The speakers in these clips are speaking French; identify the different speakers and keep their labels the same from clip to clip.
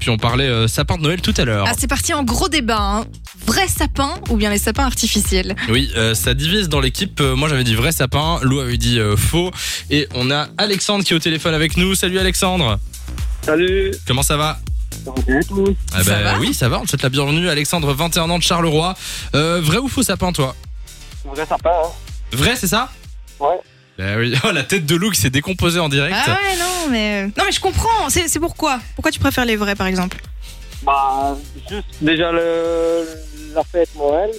Speaker 1: Puis on parlait euh, sapin de Noël tout à l'heure.
Speaker 2: Ah, c'est parti en gros débat. hein. Vrai sapin ou bien les sapins artificiels
Speaker 1: Oui, euh, ça divise dans l'équipe. Euh, moi j'avais dit vrai sapin, Lou avait dit euh, faux. Et on a Alexandre qui est au téléphone avec nous. Salut Alexandre,
Speaker 3: Salut,
Speaker 1: comment ça va
Speaker 3: salut à tous.
Speaker 1: Ah
Speaker 2: Ça
Speaker 1: bah
Speaker 2: va
Speaker 1: oui, ça va, on te souhaite la bienvenue. Alexandre, 21 ans de Charleroi. Euh, vrai ou faux sapin toi
Speaker 3: Vous êtes sympa, hein
Speaker 1: Vrai, c'est ça
Speaker 3: Ouais.
Speaker 1: Bah oui, oh, la tête de Lou qui s'est décomposée en direct.
Speaker 2: Ah ouais, non, mais. Non, mais je comprends. C'est c'est pourquoi Pourquoi tu préfères les vrais, par exemple
Speaker 3: Bah, juste déjà le, la fête Noël,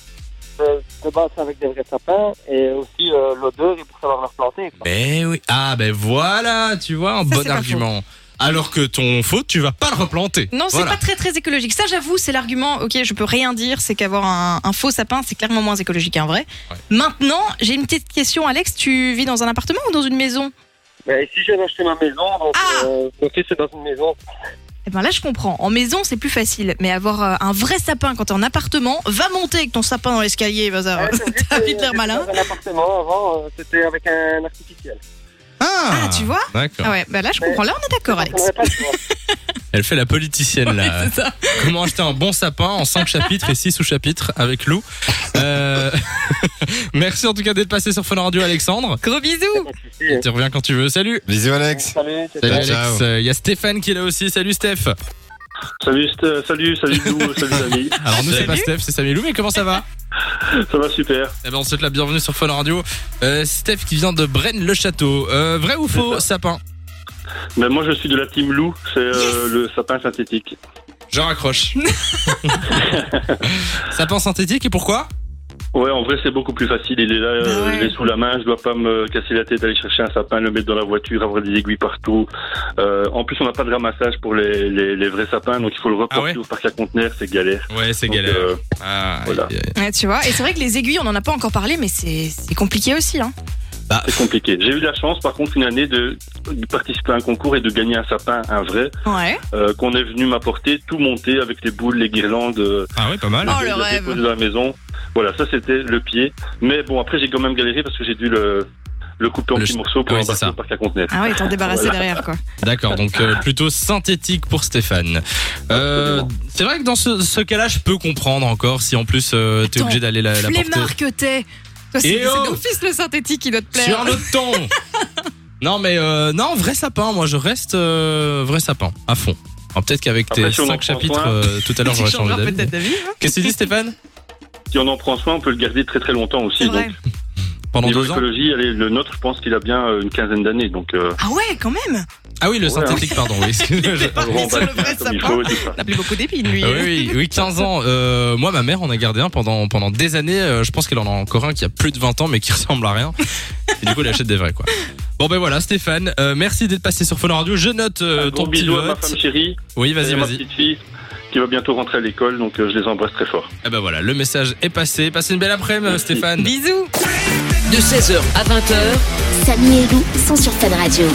Speaker 3: euh, de base avec des vrais sapins, et aussi euh, l'odeur et pour savoir leur planter. quoi.
Speaker 1: Ben oui. Ah ben voilà, tu vois, un
Speaker 2: Ça, c'est
Speaker 1: bon
Speaker 2: pas
Speaker 1: argument. Alors que ton faux, tu vas pas le replanter.
Speaker 2: Non, c'est
Speaker 1: Voilà.
Speaker 2: pas très, très écologique. Ça, j'avoue, c'est l'argument. Ok, je peux rien dire. C'est qu'avoir un, un faux sapin, c'est clairement moins écologique qu'un vrai.
Speaker 1: Ouais.
Speaker 2: Maintenant, j'ai une petite question, Alex. Tu vis dans un appartement ou dans une maison
Speaker 3: Mais Ben, ici, j'ai acheté ma maison, donc
Speaker 2: Ah
Speaker 3: euh, mon fils est dans une maison.
Speaker 2: Eh ben là, je comprends. En maison, c'est plus facile. Mais avoir euh, un vrai sapin quand t'es en appartement, va monter avec ton sapin dans l'escalier, bazar.
Speaker 3: Ouais, c'est juste,
Speaker 2: Ah, T'as envie de
Speaker 3: euh,
Speaker 2: faire malin
Speaker 3: j'étais Dans un appartement avant, euh, c'était avec un artificiel.
Speaker 2: Ah, tu vois
Speaker 1: D'accord.
Speaker 2: Ah ouais, bah là, je comprends. Là, on est d'accord,
Speaker 3: Ça
Speaker 2: Alex.
Speaker 3: n'aurait pas le choix.
Speaker 1: Elle fait la politicienne là.
Speaker 2: Ouais, c'est ça.
Speaker 1: Comment acheter un bon sapin en 5 chapitres et 6 sous-chapitres avec Lou. Euh, Merci en tout cas d'être passé sur Fun Radio Alexandre.
Speaker 2: Gros bisous.
Speaker 3: Pas de souci, hein.
Speaker 1: Tu reviens quand tu veux. Salut.
Speaker 4: Bisous Alex.
Speaker 3: Salut, c'est
Speaker 1: Salut
Speaker 3: ça.
Speaker 1: Alex.
Speaker 4: Ciao.
Speaker 1: Euh, Il y a Stéphane qui est là aussi. Salut Steph.
Speaker 5: Salut, St- euh, salut, salut Lou, salut Samy.
Speaker 1: Alors nous c'est
Speaker 2: Salut.
Speaker 1: pas Steph, c'est Samy Lou, mais comment ça va
Speaker 5: Ça va super.
Speaker 1: Eh ben on te souhaite la bienvenue sur Fun Radio. Euh, Steph qui vient de Braine-le-Château. Euh, vrai ou faux sapin
Speaker 5: Mais moi je suis de la team Lou, c'est euh,
Speaker 2: Yes.
Speaker 5: le sapin synthétique.
Speaker 1: Je raccroche. sapin synthétique et pourquoi
Speaker 5: Ouais, en vrai c'est beaucoup plus facile, il est là,
Speaker 1: Ah
Speaker 5: euh,
Speaker 2: Ouais.
Speaker 5: il est sous la main, je dois pas me casser la tête d'aller chercher un sapin, le mettre dans la voiture, avoir des aiguilles partout. Euh, en plus on n'a pas de ramassage pour les, les, les vrais sapins, donc il faut le reporter
Speaker 1: Ah ouais
Speaker 5: au parc à conteneurs, c'est galère.
Speaker 1: Ouais c'est
Speaker 5: Donc,
Speaker 1: galère.
Speaker 5: euh,
Speaker 1: Ah,
Speaker 5: voilà.
Speaker 1: aïe, aïe.
Speaker 2: Ouais, tu vois, et c'est vrai que les aiguilles, on en a pas encore parlé, mais c'est c'est compliqué aussi. Hein.
Speaker 1: Ah.
Speaker 5: c'est compliqué. J'ai eu la chance par contre une année de, de participer à un concours et de gagner un sapin, un vrai,
Speaker 2: Ouais.
Speaker 5: euh, qu'on est venu m'apporter, tout monté avec les boules, les guirlandes. euh,
Speaker 1: Ah ouais pas mal.
Speaker 2: Oh,
Speaker 5: Je
Speaker 2: le
Speaker 5: l'ai
Speaker 2: rêve.
Speaker 5: déposé dans la maison. Voilà, ça c'était le pied. Mais bon, après j'ai quand même galéré parce que j'ai dû le, le couper en
Speaker 1: Le ch-
Speaker 5: petits morceaux pour
Speaker 1: oui, c'est
Speaker 5: embarquer
Speaker 1: ça.
Speaker 5: au parc à conteneurs.
Speaker 2: Ah ouais, t'en débarrasser
Speaker 5: Voilà.
Speaker 2: derrière, quoi.
Speaker 1: D'accord, donc euh, plutôt synthétique pour Stéphane. Euh,
Speaker 5: Absolument.
Speaker 1: c'est vrai que dans ce, ce cas-là, je peux comprendre encore si en plus euh, t'es
Speaker 2: Attends,
Speaker 1: obligé d'aller la, la porter
Speaker 2: Flemmard que t'es. Toi, C'est
Speaker 1: Eh
Speaker 2: c'est
Speaker 1: oh
Speaker 2: d'office le synthétique qui doit te
Speaker 1: sur
Speaker 2: plaire.
Speaker 1: un autre ton. non, mais euh, non, vrai sapin. Moi, je reste euh, vrai sapin à fond. Alors, peut-être qu'avec
Speaker 5: Après,
Speaker 1: tes
Speaker 5: si on en
Speaker 1: 5
Speaker 5: prend
Speaker 1: chapitres
Speaker 5: soin.
Speaker 1: euh, tout à l'heure,
Speaker 2: Tu
Speaker 1: j'aurais
Speaker 2: changeras
Speaker 1: changé d'avis.
Speaker 2: peut-être d'avis. hein.
Speaker 1: Qu'est-ce que tu dis, Stéphane
Speaker 5: Si on en prend soin, on peut le garder très très longtemps
Speaker 2: C'est
Speaker 5: aussi.
Speaker 2: vrai.
Speaker 5: Donc,
Speaker 1: Pendant
Speaker 5: niveau
Speaker 1: deux ans
Speaker 5: écologie, allez, le nôtre, je pense qu'il a bien euh, une quinzaine d'années. Donc, euh,
Speaker 2: Ah ouais, quand même.
Speaker 1: Ah bah, oui, le
Speaker 5: Ouais, hein.
Speaker 1: synthétique, pardon. Oui, Je-
Speaker 2: Parti
Speaker 5: on
Speaker 2: sur Ah,
Speaker 5: va
Speaker 2: le vrai
Speaker 5: embarquer comme il
Speaker 2: sapin.
Speaker 5: faut et tout ça.
Speaker 2: On a plus beaucoup d'épines, lui.
Speaker 1: Ah oui, oui, oui, 15 ans. Euh, moi, ma mère en a gardé un pendant, pendant des années. Euh, je pense qu'elle en a encore un qui a plus de 20 ans, mais qui ressemble à rien. Et du coup, elle achète des vrais, quoi. Bon, ben voilà, Stéphane. euh, merci d'être passé sur Phone Radio. Je note euh,
Speaker 5: Un
Speaker 1: ton
Speaker 5: gros
Speaker 1: petit
Speaker 5: bisou à ma
Speaker 1: vote.
Speaker 5: femme chérie.
Speaker 1: Oui, vas-y,
Speaker 5: et ma
Speaker 1: vas-y.
Speaker 5: petite fille qui va bientôt rentrer à l'école. Donc, euh, je les embrasse très fort.
Speaker 1: Eh ben voilà, le message est passé. Passez une belle après-midi,
Speaker 5: Merci.
Speaker 1: Stéphane.
Speaker 2: Bisous.
Speaker 6: de 16h à 20h.
Speaker 7: Samy et Lou sont sur Fan Radio.